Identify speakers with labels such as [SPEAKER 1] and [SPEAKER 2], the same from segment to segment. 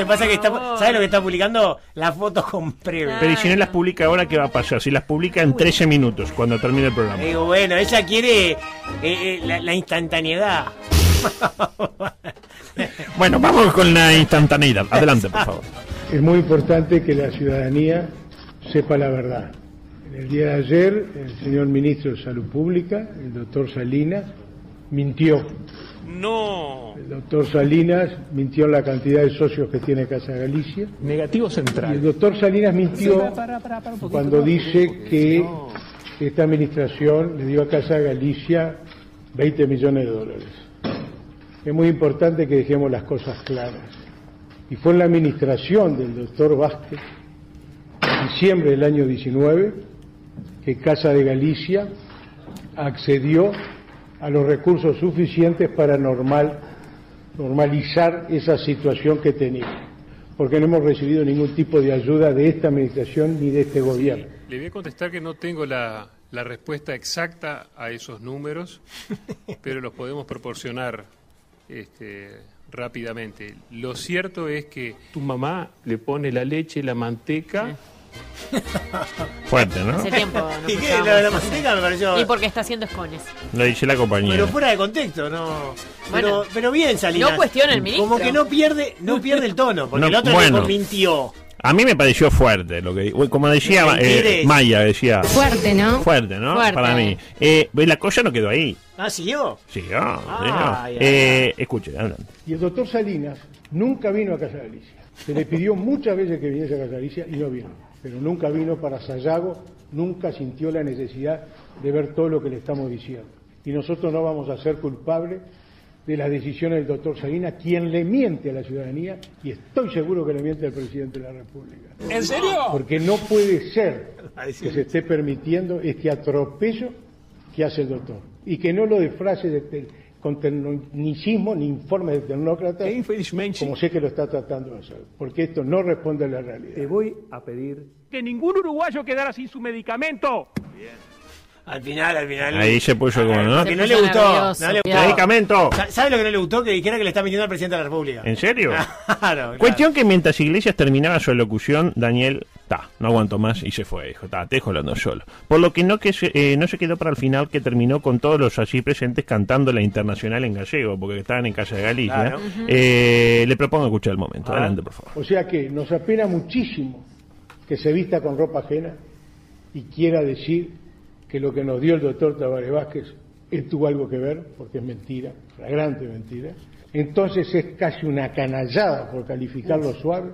[SPEAKER 1] Pasa que está,
[SPEAKER 2] favor.
[SPEAKER 1] ¿Sabe lo que está publicando? Las fotos con previa.
[SPEAKER 3] Pero y si no las publica ahora, ¿qué va a pasar? Si las publica en 13 minutos, cuando termine el programa.
[SPEAKER 1] Digo, bueno, ella quiere eh, eh, la, la instantaneidad.
[SPEAKER 3] Bueno, vamos con la instantaneidad. Adelante, por favor.
[SPEAKER 4] Es muy importante que la ciudadanía sepa la verdad. En el día de ayer, el señor ministro de Salud Pública, el doctor Salinas, mintió. No. El doctor Salinas mintió en la cantidad de socios que tiene Casa Galicia.
[SPEAKER 3] Negativo
[SPEAKER 4] Y el
[SPEAKER 3] central.
[SPEAKER 4] doctor Salinas mintió cuando dice que esta administración le dio a Casa Galicia 20 millones de dólares. Es muy importante que dejemos las cosas claras. Y fue en la administración del doctor Vázquez, en diciembre del año 19, que Casa de Galicia accedió a los recursos suficientes para normal, normalizar esa situación que tenía porque no hemos recibido ningún tipo de ayuda de esta administración ni de este gobierno.
[SPEAKER 5] Le voy a contestar que no tengo la, la respuesta exacta a esos números, pero los podemos proporcionar este, rápidamente. Lo cierto es que tu mamá le pone la leche, la manteca.
[SPEAKER 3] Fuerte, ¿no?
[SPEAKER 2] Hace tiempo no
[SPEAKER 1] ¿Y qué?
[SPEAKER 2] escuchábamos
[SPEAKER 1] La, la
[SPEAKER 2] eso.
[SPEAKER 1] manteca me pareció.
[SPEAKER 2] Y porque está haciendo escones.
[SPEAKER 3] Lo dice la compañía.
[SPEAKER 1] Pero fuera de contexto, no. pero,
[SPEAKER 2] Bueno.
[SPEAKER 1] pero bien Salinas.
[SPEAKER 2] No cuestione al ministro.
[SPEAKER 1] Como que no pierde, no pierde el tono, porque
[SPEAKER 3] No,
[SPEAKER 1] el otro tipo
[SPEAKER 3] bueno.
[SPEAKER 1] mintió.
[SPEAKER 3] A mí me pareció fuerte lo que Uy, Como decía eh,
[SPEAKER 1] Mentires.
[SPEAKER 3] Maya, decía.
[SPEAKER 6] Fuerte, ¿no?
[SPEAKER 3] Fuerte, ¿no?
[SPEAKER 2] Fuerte.
[SPEAKER 3] Para mí. Eh, pues la cosa no quedó ahí.
[SPEAKER 1] Ah, siguió.
[SPEAKER 3] Sí, no, sí, no.
[SPEAKER 1] Ay, ay,
[SPEAKER 3] Eh, escuche, adelante.
[SPEAKER 4] Y el doctor Salinas nunca vino a Casa Galicia. Se le pidió muchas veces que viniese a Casa Galicia y no vino. Pero nunca vino para Sayago, nunca sintió la necesidad de ver todo lo que le estamos diciendo. Y nosotros no vamos a ser culpables de las decisiones del doctor Salinas, quien le miente a la ciudadanía y estoy seguro que le miente al presidente de la República.
[SPEAKER 7] ¿En serio?
[SPEAKER 4] Porque no puede ser que se esté permitiendo este atropello que hace el doctor. Y que no lo disfrace de te- con tecnicismo ni informes de
[SPEAKER 5] e
[SPEAKER 4] tecnócratas, como sé que lo está tratando de hacer. Porque esto no responde a la realidad.
[SPEAKER 8] voy a pedir que ningún uruguayo quedara sin su medicamento.
[SPEAKER 1] Al final, al final.
[SPEAKER 3] Ahí se puso como, ¿no?
[SPEAKER 1] Que
[SPEAKER 2] Ah, Se
[SPEAKER 1] no
[SPEAKER 2] puso
[SPEAKER 1] le gustó.
[SPEAKER 2] nervioso.
[SPEAKER 1] No le gustó.
[SPEAKER 2] Cuidado.
[SPEAKER 3] ¡Medicamento!
[SPEAKER 1] Sa- ¿Sabe lo que no le gustó? Que dijera que le está mintiendo al presidente de la República.
[SPEAKER 3] ¿En serio?
[SPEAKER 1] Ah. Claro, claro.
[SPEAKER 3] Cuestión que mientras Iglesias terminaba su elocución, Daniel, ta, no aguantó más y se fue, dijo, ta, te dejo hablando solo. Por lo que no, que se, eh, no se quedó para el final que terminó con todos los allí presentes cantando la internacional en gallego, porque estaban en Casa de Galicia.
[SPEAKER 1] Claro.
[SPEAKER 3] Eh, le propongo escuchar el momento. Adelante, por favor.
[SPEAKER 4] O sea que nos apena muchísimo que se vista con ropa ajena y quiera decir que lo que nos dio el doctor Tavares Vázquez eh, tuvo algo que ver, porque es mentira, flagrante mentira. Entonces es casi una canallada, por calificarlo suave,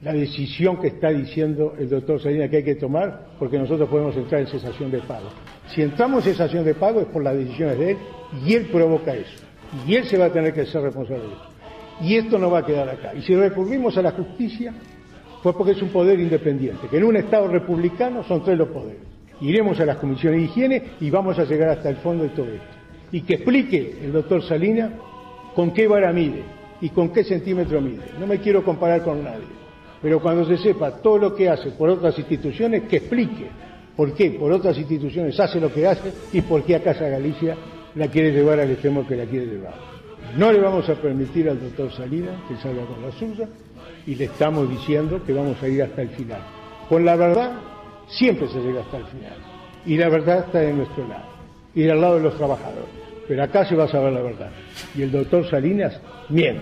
[SPEAKER 4] la decisión que está diciendo el doctor Salinas que hay que tomar, porque nosotros podemos entrar en cesación de pago. Si entramos en cesación de pago es por las decisiones de él y él provoca eso. Y él se va a tener que ser responsable de eso. Y esto no va a quedar acá. Y si recurrimos a la justicia fue porque es un poder independiente, que en un Estado republicano son tres los poderes. Iremos a las comisiones de higiene y vamos a llegar hasta el fondo de todo esto. Y que explique el doctor Salinas con qué vara mide y con qué centímetro mide. No me quiero comparar con nadie. Pero cuando se sepa todo lo que hace por otras instituciones, que explique por qué por otras instituciones hace lo que hace y por qué a Casa Galicia la quiere llevar al extremo que la quiere llevar. No le vamos a permitir al doctor Salinas que salga con la suya y le estamos diciendo que vamos a ir hasta el final. Con la verdad siempre se llega hasta el final. Y la verdad está de nuestro lado, y del lado de los trabajadores. Pero acá se va a saber la verdad. Y el doctor Salinas miente.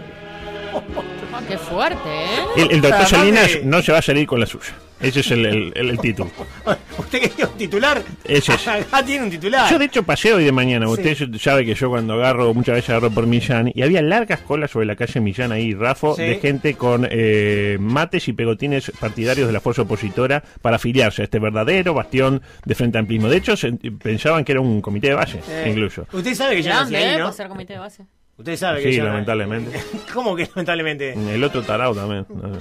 [SPEAKER 2] Qué fuerte, ¿eh?
[SPEAKER 3] El, el doctor
[SPEAKER 1] Además de-
[SPEAKER 3] Salinas no se va a salir con la suya. Ese es el, el- el- el título.
[SPEAKER 1] ¿Usted quería un titular?
[SPEAKER 3] Ese es.
[SPEAKER 1] Ah, tiene un titular.
[SPEAKER 3] Yo de hecho pasé hoy de mañana, usted sabe que yo cuando agarro, muchas veces agarro por Millán, y había largas colas sobre la calle Millán ahí, Rafo,
[SPEAKER 1] Sí.
[SPEAKER 3] de gente con eh, mates y pegotines partidarios de la fuerza opositora para afiliarse a este verdadero bastión de Frente Amplismo. De hecho, se- pensaban que era un comité de base,
[SPEAKER 1] Eh,
[SPEAKER 3] incluso.
[SPEAKER 1] Usted sabe que yo nací
[SPEAKER 2] Grande,
[SPEAKER 1] ahí,
[SPEAKER 2] ¿eh?
[SPEAKER 1] ¿no?
[SPEAKER 2] Por ser comité de base.
[SPEAKER 1] Usted sabe que
[SPEAKER 3] Sí,
[SPEAKER 1] yo...
[SPEAKER 3] lamentablemente. Mm.
[SPEAKER 1] ¿Cómo que lamentablemente?
[SPEAKER 3] El otro tarao también. No, no,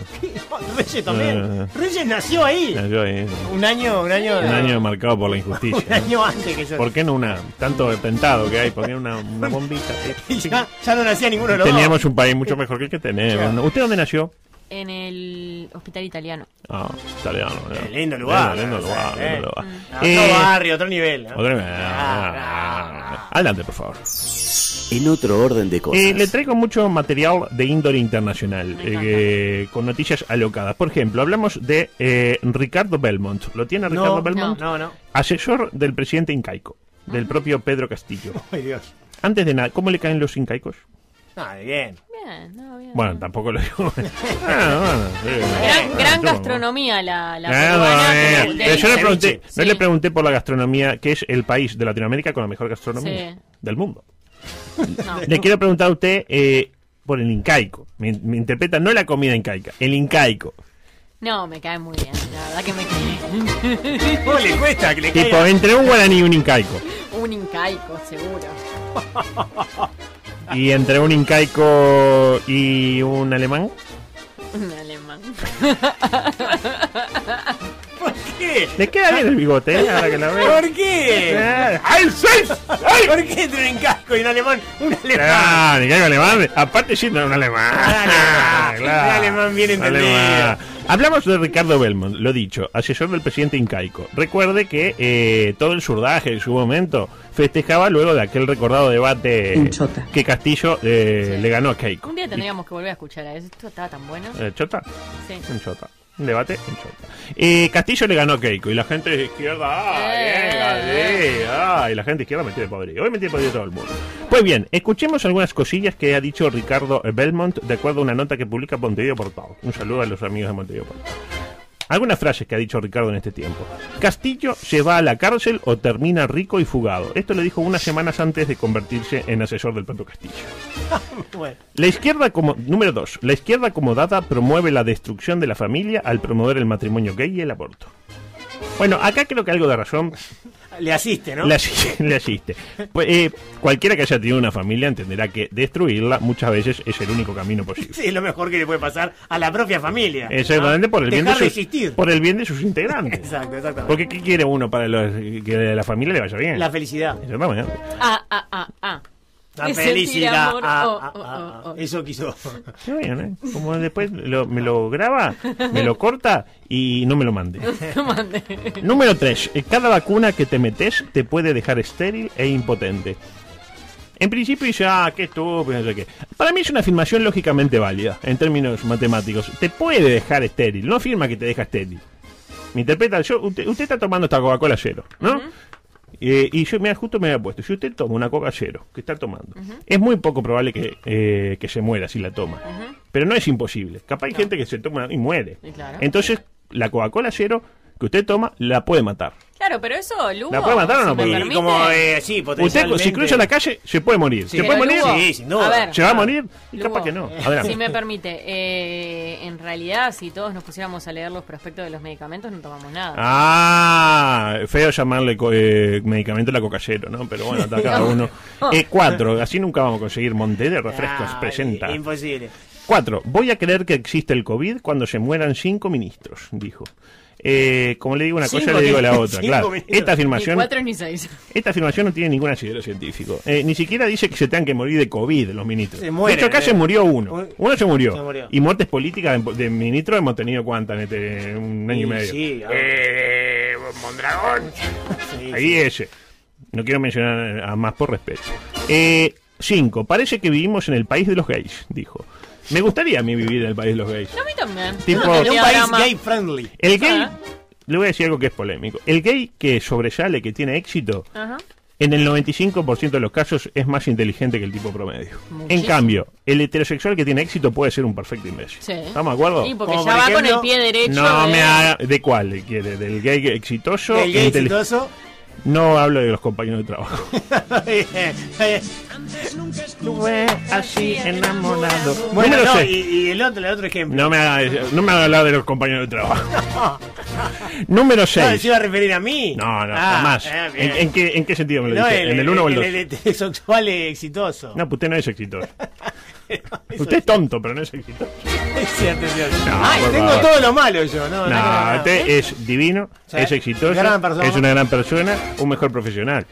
[SPEAKER 1] Reyes
[SPEAKER 3] Eh,
[SPEAKER 1] también. Reyes nació ahí.
[SPEAKER 3] no, yo ahí,
[SPEAKER 1] Un año, un año...
[SPEAKER 3] un año marcado por la injusticia.
[SPEAKER 1] un año antes que yo.
[SPEAKER 3] ¿Por qué no una? Tanto atentado que hay, ¿por qué no una, una bombita?
[SPEAKER 1] Y ya, ya no nacía ninguno de los dos.
[SPEAKER 3] Teníamos un país mucho mejor que el que tenemos. ¿no? ¿Usted dónde nació?
[SPEAKER 2] En el hospital italiano.
[SPEAKER 3] Ah, italiano. ¿no?
[SPEAKER 1] Eh, lindo lugar.
[SPEAKER 3] Lindo, lindo
[SPEAKER 1] o sea,
[SPEAKER 3] lugar,
[SPEAKER 1] eh.
[SPEAKER 3] lindo lugar.
[SPEAKER 1] Ah,
[SPEAKER 3] Eh,
[SPEAKER 1] Otro barrio, otro nivel. ¿no?
[SPEAKER 3] otra vez.
[SPEAKER 1] Ah,
[SPEAKER 3] Adelante, por favor.
[SPEAKER 9] En otro orden de cosas.
[SPEAKER 3] Eh, le traigo mucho material de índole internacional,
[SPEAKER 2] Me encanta.
[SPEAKER 3] eh, con noticias alocadas. Por ejemplo, hablamos de eh, Ricardo Belmont. ¿Lo tiene Ricardo
[SPEAKER 1] No,
[SPEAKER 3] Belmont?
[SPEAKER 1] no, no.
[SPEAKER 3] Asesor del presidente Incaico, del propio Pedro Castillo.
[SPEAKER 1] Ay, Dios.
[SPEAKER 3] Antes de nada, ¿cómo le caen los Incaicos?
[SPEAKER 1] Ah, bien.
[SPEAKER 2] Bien, no, bien.
[SPEAKER 3] Bueno, tampoco lo digo. Ah, bueno, sí.
[SPEAKER 2] Gran, gran
[SPEAKER 3] Yo-
[SPEAKER 2] gastronomía la, la
[SPEAKER 3] Ah,
[SPEAKER 2] peruana,
[SPEAKER 3] bueno,
[SPEAKER 2] del-
[SPEAKER 3] pero yo le pregunté,
[SPEAKER 1] ceviche.
[SPEAKER 3] no
[SPEAKER 2] Sí.
[SPEAKER 3] le pregunté por la gastronomía, que es el país de Latinoamérica con la mejor gastronomía
[SPEAKER 2] Sí.
[SPEAKER 3] del mundo.
[SPEAKER 2] no.
[SPEAKER 3] Le quiero preguntar a usted eh, por el incaico. Me, me interpreta no la comida incaica, el incaico.
[SPEAKER 2] No, me cae muy bien. La verdad que me cae
[SPEAKER 1] ¿Cómo le cuesta que le
[SPEAKER 3] Tipo,
[SPEAKER 1] caiga?
[SPEAKER 3] entre un guaraní y un incaico.
[SPEAKER 2] un incaico, seguro.
[SPEAKER 3] Y entre un incaico y un alemán.
[SPEAKER 2] Un alemán.
[SPEAKER 1] ¿Por qué?
[SPEAKER 3] Le queda bien el bigote, eh, ahora que la veo.
[SPEAKER 1] ¿Por qué?
[SPEAKER 3] Ah, ¡Ay, seis! ¡Ay!
[SPEAKER 1] ¿Por qué entre un casco y un alemán? Un alemán.
[SPEAKER 3] Ah, Ricardo alemán. Aparte siendo un alemán.
[SPEAKER 1] Alemán, alemán bien entendido.
[SPEAKER 3] Hablamos de Ricardo Belmont, lo dicho, asesor del presidente incaico. Recuerde que eh, todo el surdaje en su momento festejaba luego de aquel recordado debate que Castillo eh,
[SPEAKER 2] Sí.
[SPEAKER 3] le ganó a Keiko.
[SPEAKER 2] Un día tendríamos que volver a escuchar a eso. Esto estaba tan bueno.
[SPEAKER 3] Eh, ¿Chota?
[SPEAKER 2] Sí.
[SPEAKER 3] En Chota. Un debate en Chota. Eh, Castillo le ganó a Keiko y la gente de izquierda, ¡ah,
[SPEAKER 2] Eh.
[SPEAKER 3] bien, Gardel, ah! Y la gente de izquierda metió de podrido. Hoy metió de podrido todo el mundo. Pues bien, escuchemos algunas cosillas que ha dicho Ricardo Belmont de acuerdo a una nota que publica Montevideo Portal. Un saludo a los amigos de Montevideo Portal. Algunas frases que ha dicho Ricardo en este tiempo. Castillo se va a la cárcel o termina rico y fugado. Esto lo dijo unas semanas antes de convertirse en asesor del propio Castillo.
[SPEAKER 1] Bueno,
[SPEAKER 3] La izquierda como número 2. La izquierda acomodada promueve la destrucción de la familia al promover el matrimonio gay y el aborto. Bueno, acá creo que algo de razón
[SPEAKER 1] le asiste, ¿no?
[SPEAKER 3] le, asi- le asiste. Pues, eh, cualquiera que haya tenido una familia entenderá que destruirla muchas veces es el único camino posible.
[SPEAKER 1] Sí, es lo mejor que le puede pasar a la propia familia.
[SPEAKER 3] Exactamente
[SPEAKER 1] ¿no?
[SPEAKER 3] por el bien de
[SPEAKER 1] Dejar de
[SPEAKER 3] sus,
[SPEAKER 1] existir.
[SPEAKER 3] por el bien de sus integrantes.
[SPEAKER 1] Exacto, exactamente.
[SPEAKER 3] Porque qué quiere uno para los- que a la familia le vaya bien.
[SPEAKER 1] La felicidad.
[SPEAKER 3] Exactamente.
[SPEAKER 2] Ah, ah, ah, ah.
[SPEAKER 1] La
[SPEAKER 2] Es sentir
[SPEAKER 1] felicidad.
[SPEAKER 2] amor.
[SPEAKER 1] Ah,
[SPEAKER 2] Oh,
[SPEAKER 1] ah,
[SPEAKER 2] oh,
[SPEAKER 1] ah,
[SPEAKER 2] oh,
[SPEAKER 1] ah.
[SPEAKER 2] oh.
[SPEAKER 1] Eso quiso.
[SPEAKER 3] Está bien, ¿eh? Como después lo- me lo graba, me lo corta y no me lo mande. Número 3. Cada vacuna que te metes te puede dejar estéril e impotente. En principio dice, ah, qué estúpido, no sé qué. Para mí es una afirmación lógicamente válida, en términos matemáticos. Te puede dejar estéril, no afirma que te deja estéril. Me interpreta, yo, usted, usted está tomando esta Coca-Cola cero, ¿no? Eh, y yo, mira, justo me había puesto, si usted toma una coca cero que está tomando, es muy poco probable que, eh, que se muera si la toma. Pero no es imposible. Capaz hay gente que se toma y muere.
[SPEAKER 2] Y claro.
[SPEAKER 3] Entonces, la Coca-Cola cero que usted toma la puede matar.
[SPEAKER 2] Claro, pero eso, Lugo.
[SPEAKER 3] ¿La puedo matar o no
[SPEAKER 2] si me
[SPEAKER 3] puedo?
[SPEAKER 1] Y
[SPEAKER 2] permite,
[SPEAKER 1] como, eh, sí,
[SPEAKER 3] Usted,
[SPEAKER 1] potencialmente.
[SPEAKER 3] si cruza la calle, se puede morir. ¿Se
[SPEAKER 2] pero
[SPEAKER 3] puede morir?
[SPEAKER 2] Lugo,
[SPEAKER 1] Sí, sin duda.
[SPEAKER 2] A ver,
[SPEAKER 3] ¿Se va a morir? Y
[SPEAKER 2] Lugo,
[SPEAKER 3] capaz que no. Adelante.
[SPEAKER 2] Si me permite, eh, en realidad, si todos nos pusiéramos a leer los prospectos de los medicamentos, no tomamos nada.
[SPEAKER 3] Ah, feo llamarle co- eh, medicamento a la cocayero, ¿no? Pero bueno, está cada uno. Eh, cuatro, así nunca vamos a conseguir monte de refrescos.
[SPEAKER 1] Ah,
[SPEAKER 3] presenta.
[SPEAKER 1] i- Imposible.
[SPEAKER 2] Este
[SPEAKER 3] Cuatro, voy a creer que existe el COVID cuando se mueran cinco ministros, dijo. Eh, como le digo una cosa,
[SPEAKER 1] Cinco
[SPEAKER 3] le digo la
[SPEAKER 1] tiene-
[SPEAKER 3] otra.
[SPEAKER 1] cinco
[SPEAKER 3] Claro,
[SPEAKER 1] ministros.
[SPEAKER 3] esta
[SPEAKER 2] Ni
[SPEAKER 3] afirmación
[SPEAKER 2] cuatro ni seis.
[SPEAKER 3] Esta afirmación no tiene ningún asidero científico. Eh, ni siquiera dice que se tengan que morir de COVID los ministros.
[SPEAKER 1] Se mueren,
[SPEAKER 3] de hecho, acá
[SPEAKER 1] eh.
[SPEAKER 3] se murió uno. Uno se murió.
[SPEAKER 1] Se murió.
[SPEAKER 3] Y muertes políticas de, de ministros hemos tenido cuántas en este un año y,
[SPEAKER 1] Y
[SPEAKER 3] medio.
[SPEAKER 1] sí, ah.
[SPEAKER 3] Eh, Mondragón.
[SPEAKER 1] Sí,
[SPEAKER 3] Ahí ese. No quiero mencionar a más por respeto. Eh, cinco. Parece que vivimos en el país de los gays, dijo. Me gustaría a mí vivir en el país de los gays.
[SPEAKER 2] No, a mí también.
[SPEAKER 3] Tipo-
[SPEAKER 2] No,
[SPEAKER 3] En
[SPEAKER 1] En
[SPEAKER 2] tenía
[SPEAKER 1] un país
[SPEAKER 2] drama.
[SPEAKER 1] gay friendly.
[SPEAKER 3] El gay.
[SPEAKER 2] Ah.
[SPEAKER 3] le voy a decir algo que es polémico. El gay que sobresale, que tiene éxito,
[SPEAKER 2] Ah.
[SPEAKER 3] en el 95% de los casos es más inteligente que el tipo promedio. En
[SPEAKER 2] Muchísimo.
[SPEAKER 3] cambio, el heterosexual que tiene éxito puede ser un perfecto imbécil.
[SPEAKER 2] Sí.
[SPEAKER 3] ¿Estamos de acuerdo?
[SPEAKER 2] Sí, porque
[SPEAKER 1] Como
[SPEAKER 2] ya
[SPEAKER 1] por
[SPEAKER 2] va con
[SPEAKER 1] ejemplo,
[SPEAKER 2] el pie derecho.
[SPEAKER 3] No
[SPEAKER 2] de-
[SPEAKER 3] me haga... ¿De cuál quiere? ¿Del gay exitoso?
[SPEAKER 1] El gay
[SPEAKER 3] Inteli-
[SPEAKER 1] exitoso. Eh,
[SPEAKER 3] No hablo de los compañeros de trabajo. Fue así enamorado.
[SPEAKER 1] Bueno,
[SPEAKER 3] Número
[SPEAKER 1] no,
[SPEAKER 3] seis.
[SPEAKER 1] y, y el otro, el otro ejemplo.
[SPEAKER 3] No me haga, no me haga hablar de los compañeros de trabajo. Número
[SPEAKER 1] No, se
[SPEAKER 3] 6.
[SPEAKER 1] iba a referir a mí.
[SPEAKER 3] No, no,
[SPEAKER 1] Ah,
[SPEAKER 3] jamás.
[SPEAKER 1] eh, bien.
[SPEAKER 3] ¿En, en qué, en qué sentido me lo
[SPEAKER 1] No,
[SPEAKER 3] dice? ¿En el 1 o el 2?
[SPEAKER 1] El heterosexual es exitoso.
[SPEAKER 3] No, pues usted no es exitoso.
[SPEAKER 1] Eso
[SPEAKER 3] Usted es tonto, pero no es exitoso.
[SPEAKER 1] es cierto, es cierto.
[SPEAKER 3] No,
[SPEAKER 1] Ay,
[SPEAKER 3] por
[SPEAKER 1] Ah, tengo
[SPEAKER 3] favor.
[SPEAKER 1] todo lo malo yo. No, no,
[SPEAKER 3] No,
[SPEAKER 1] no, no.
[SPEAKER 3] usted es divino,
[SPEAKER 1] Sí.
[SPEAKER 3] es exitoso,
[SPEAKER 1] Gran persona.
[SPEAKER 3] es una gran persona, un mejor profesional.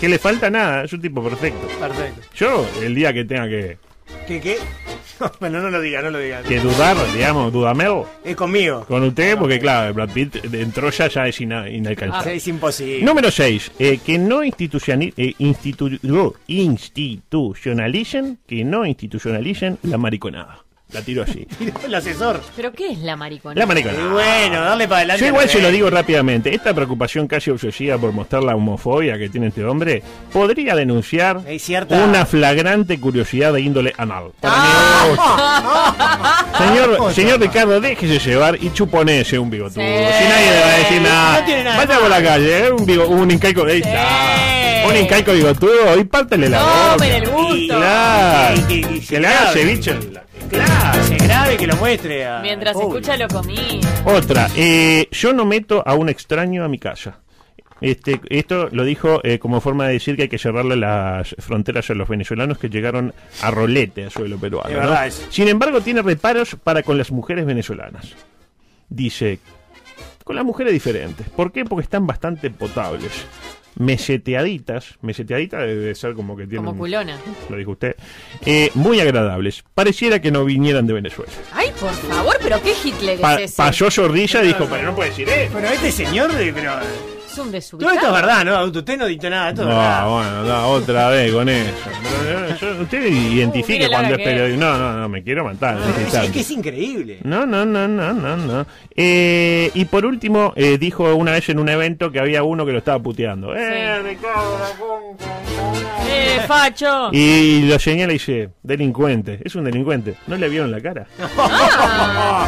[SPEAKER 3] Que le falta nada, es un tipo perfecto.
[SPEAKER 1] Perfecto.
[SPEAKER 3] Yo, el día que tenga que,
[SPEAKER 1] ¿Qué, qué? bueno, no lo diga, no lo diga.
[SPEAKER 3] que dudar, digamos, dudameo
[SPEAKER 1] Es conmigo.
[SPEAKER 3] con usted, porque claro, Brad Pitt en Troya ya es ina-
[SPEAKER 1] Ah,
[SPEAKER 3] inalcanzable.
[SPEAKER 1] es imposible.
[SPEAKER 3] Número 6. que no institucioni- eh, institu- no, institucionalicen, que no institucionalicen la mariconada. La tiro así.
[SPEAKER 1] El asesor.
[SPEAKER 2] ¿Pero qué es la maricona?
[SPEAKER 3] La
[SPEAKER 1] Y
[SPEAKER 3] mariconada.
[SPEAKER 1] bueno, dale para adelante.
[SPEAKER 3] Yo igual se lo
[SPEAKER 1] eh.
[SPEAKER 3] digo rápidamente. Esta preocupación casi obsesiva por mostrar la homofobia que tiene este hombre podría denunciar
[SPEAKER 1] Hay cierta-
[SPEAKER 3] una flagrante curiosidad de índole anal. Para mí-
[SPEAKER 1] Ah. cosa,
[SPEAKER 3] señor, señor Ricardo, déjese llevar y chuponese un bigotudo.
[SPEAKER 2] Sí.
[SPEAKER 3] Si nadie le va a decir nada.
[SPEAKER 1] No tiene nada de
[SPEAKER 3] Vaya por la calle, eh, un, bigo- un incaico de Un incaico bigotudo y pártele la boca.
[SPEAKER 2] No, pero el gusto.
[SPEAKER 3] Claro.
[SPEAKER 1] Y- y- y- y-
[SPEAKER 3] que le haga
[SPEAKER 1] grave.
[SPEAKER 3] ceviche. en la-
[SPEAKER 1] Claro, se grave que lo muestre. a-
[SPEAKER 2] Mientras
[SPEAKER 1] al público.
[SPEAKER 2] escucha lo comí.
[SPEAKER 3] Otra, eh, yo no meto a un extraño a mi casa. Este, esto lo dijo eh, como forma de decir que hay que cerrarle las fronteras a los venezolanos que llegaron a rolete a suelo peruano.
[SPEAKER 1] Es
[SPEAKER 3] ¿no?
[SPEAKER 1] verdad eso.
[SPEAKER 3] Sin embargo, tiene reparos para con las mujeres venezolanas. Dice, con las mujeres diferentes. ¿Por qué? Porque están bastante potables. Meseteaditas, meseteadita debe ser como que tienen...
[SPEAKER 2] Como culona.
[SPEAKER 3] Lo dijo usted. Eh, muy agradables. Pareciera que no vinieran de Venezuela.
[SPEAKER 2] Ay, por favor, pero qué Hitler
[SPEAKER 3] Pa-
[SPEAKER 2] es ese.
[SPEAKER 3] pasó Zorrilla y dijo, pero no puede decir eso.
[SPEAKER 1] Pero este señor, de- pero.
[SPEAKER 2] Es un
[SPEAKER 1] Todo
[SPEAKER 2] desubicado.
[SPEAKER 1] esto es verdad, ¿no? Augusto? Usted no dictó nada, todo es
[SPEAKER 3] No,
[SPEAKER 1] verdad.
[SPEAKER 3] Ah, bueno, no, otra vez con eso. Pero, eh, yo- usted identifique
[SPEAKER 2] mire la
[SPEAKER 3] cuando es
[SPEAKER 2] que-
[SPEAKER 3] periodista. No, no, no, me quiero matar. en este
[SPEAKER 1] Es, es
[SPEAKER 3] instante.
[SPEAKER 1] que es increíble.
[SPEAKER 3] No, no, no, no, no, no. Eh, y por último, eh, dijo una vez en un evento que había uno que lo estaba puteando. Eh,
[SPEAKER 2] ¡Eh, facho!
[SPEAKER 3] Y lo señala y dice, delincuente, es un delincuente. ¿No le vieron la cara?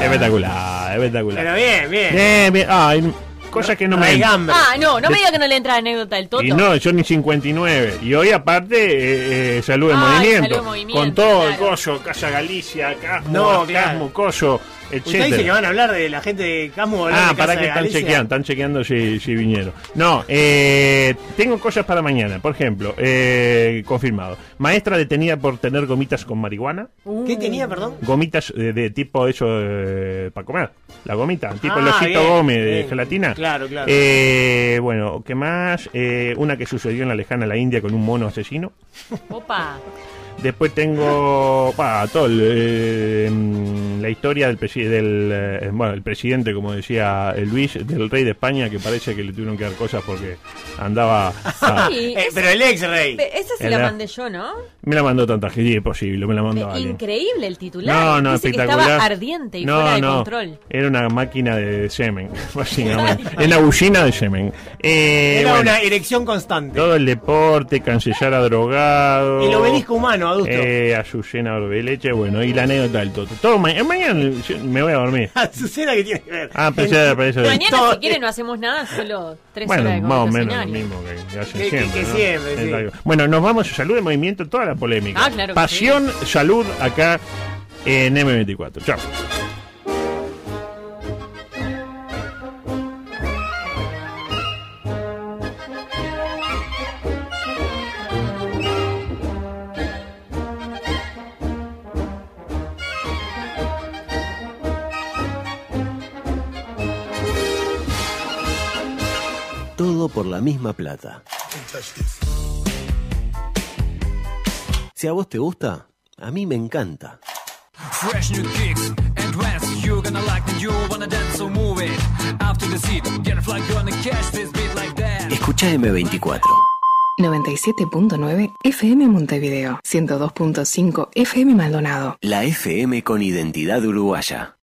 [SPEAKER 3] espectacular, espectacular.
[SPEAKER 1] Pero bien, bien.
[SPEAKER 3] Bien, bien. Ay, cosas que no,
[SPEAKER 1] No
[SPEAKER 3] me...
[SPEAKER 1] hay gambre.
[SPEAKER 2] Ah, no, no me diga que no le entra anécdota del Toto.
[SPEAKER 3] Y no, yo ni 59. Y hoy, aparte, eh, eh, salud en
[SPEAKER 2] Ay,
[SPEAKER 3] movimiento.
[SPEAKER 2] Salud en Movimiento,
[SPEAKER 3] Con todo el
[SPEAKER 2] claro.
[SPEAKER 3] coso, Casa Galicia, Casmo,
[SPEAKER 1] No, claro.
[SPEAKER 3] Casmo, coso,
[SPEAKER 1] Usted dice que
[SPEAKER 3] etcétera.
[SPEAKER 1] van a hablar de la gente de Casmo
[SPEAKER 3] Ah, para que están chequeando, están chequeando si, si vinieron. No, eh, tengo cosas para mañana. Por ejemplo, eh, confirmado. Maestra detenida por tener gomitas con marihuana.
[SPEAKER 1] ¿Qué tenía, perdón?
[SPEAKER 3] Gomitas eh, de tipo eso eh, para comer. La gomita, tipo
[SPEAKER 1] Ah,
[SPEAKER 3] el osito
[SPEAKER 1] bien,
[SPEAKER 3] Gómez de
[SPEAKER 1] bien.
[SPEAKER 3] gelatina.
[SPEAKER 1] Claro, claro.
[SPEAKER 3] Eh, bueno, ¿qué más? Eh, una que sucedió en la lejana la India con un mono asesino.
[SPEAKER 2] Opa.
[SPEAKER 3] Después tengo bah, todo el, eh, mm, la historia del, presi- del eh, bueno, el presidente, como decía eh, Luis, del rey de España, que parece que le tuvieron que dar cosas porque andaba... ah,
[SPEAKER 2] Sí,
[SPEAKER 1] Eh,
[SPEAKER 2] esa-
[SPEAKER 1] pero el ex-rey.
[SPEAKER 2] pe- esa se
[SPEAKER 3] El-
[SPEAKER 2] la mandé yo, ¿no?
[SPEAKER 3] me la mandó tanta gente, es posible, me la mandó
[SPEAKER 2] Pe-
[SPEAKER 3] alguien.
[SPEAKER 2] Increíble el titular.
[SPEAKER 3] No, no,
[SPEAKER 2] eh. Dice que
[SPEAKER 3] espectacular.
[SPEAKER 2] estaba ardiente y
[SPEAKER 3] No,
[SPEAKER 2] fuera de
[SPEAKER 3] no, Eh,
[SPEAKER 2] control.
[SPEAKER 3] Era una máquina de semen, básicamente. en la bullina de semen. Eh,
[SPEAKER 1] Era
[SPEAKER 3] bueno,
[SPEAKER 1] una erección constante.
[SPEAKER 3] Todo el deporte, Cancellar a drogado.
[SPEAKER 1] El obelisco humano, adusto.
[SPEAKER 3] Eh, Azucena Orbeleche, bueno, y la anécdota del Toto. Todo ma- eh, mañana yo me voy a dormir.
[SPEAKER 1] Azucena que tiene que ver.
[SPEAKER 3] Ah, pensé, pensé-
[SPEAKER 2] Mañana, si
[SPEAKER 1] Todo-
[SPEAKER 2] quieren, no hacemos nada, solo tres
[SPEAKER 3] Bueno,
[SPEAKER 2] horas de
[SPEAKER 3] más o menos lo
[SPEAKER 2] conversacionario.
[SPEAKER 3] mismo que, que hacen
[SPEAKER 1] Que- que-
[SPEAKER 3] siempre.
[SPEAKER 1] que
[SPEAKER 3] ¿no?
[SPEAKER 1] siempre,
[SPEAKER 3] Es
[SPEAKER 1] sí.
[SPEAKER 3] algo. Bueno, nos vamos. Salud de movimiento, toda la polémica.
[SPEAKER 2] Ah, claro que
[SPEAKER 3] Pasión, salud acá en M24. Chao.
[SPEAKER 9] Todo por la misma plata. Si a vos te gusta, a mí me encanta.
[SPEAKER 6] Fresh new kicks and dress, you're gonna like it, you wanna dance, so move it. After the seat, get a flag, gonna catch this beat like that.
[SPEAKER 9] Escucha M24.
[SPEAKER 10] 97.9 FM Montevideo, 102.5 FM Maldonado.
[SPEAKER 9] La FM con identidad uruguaya.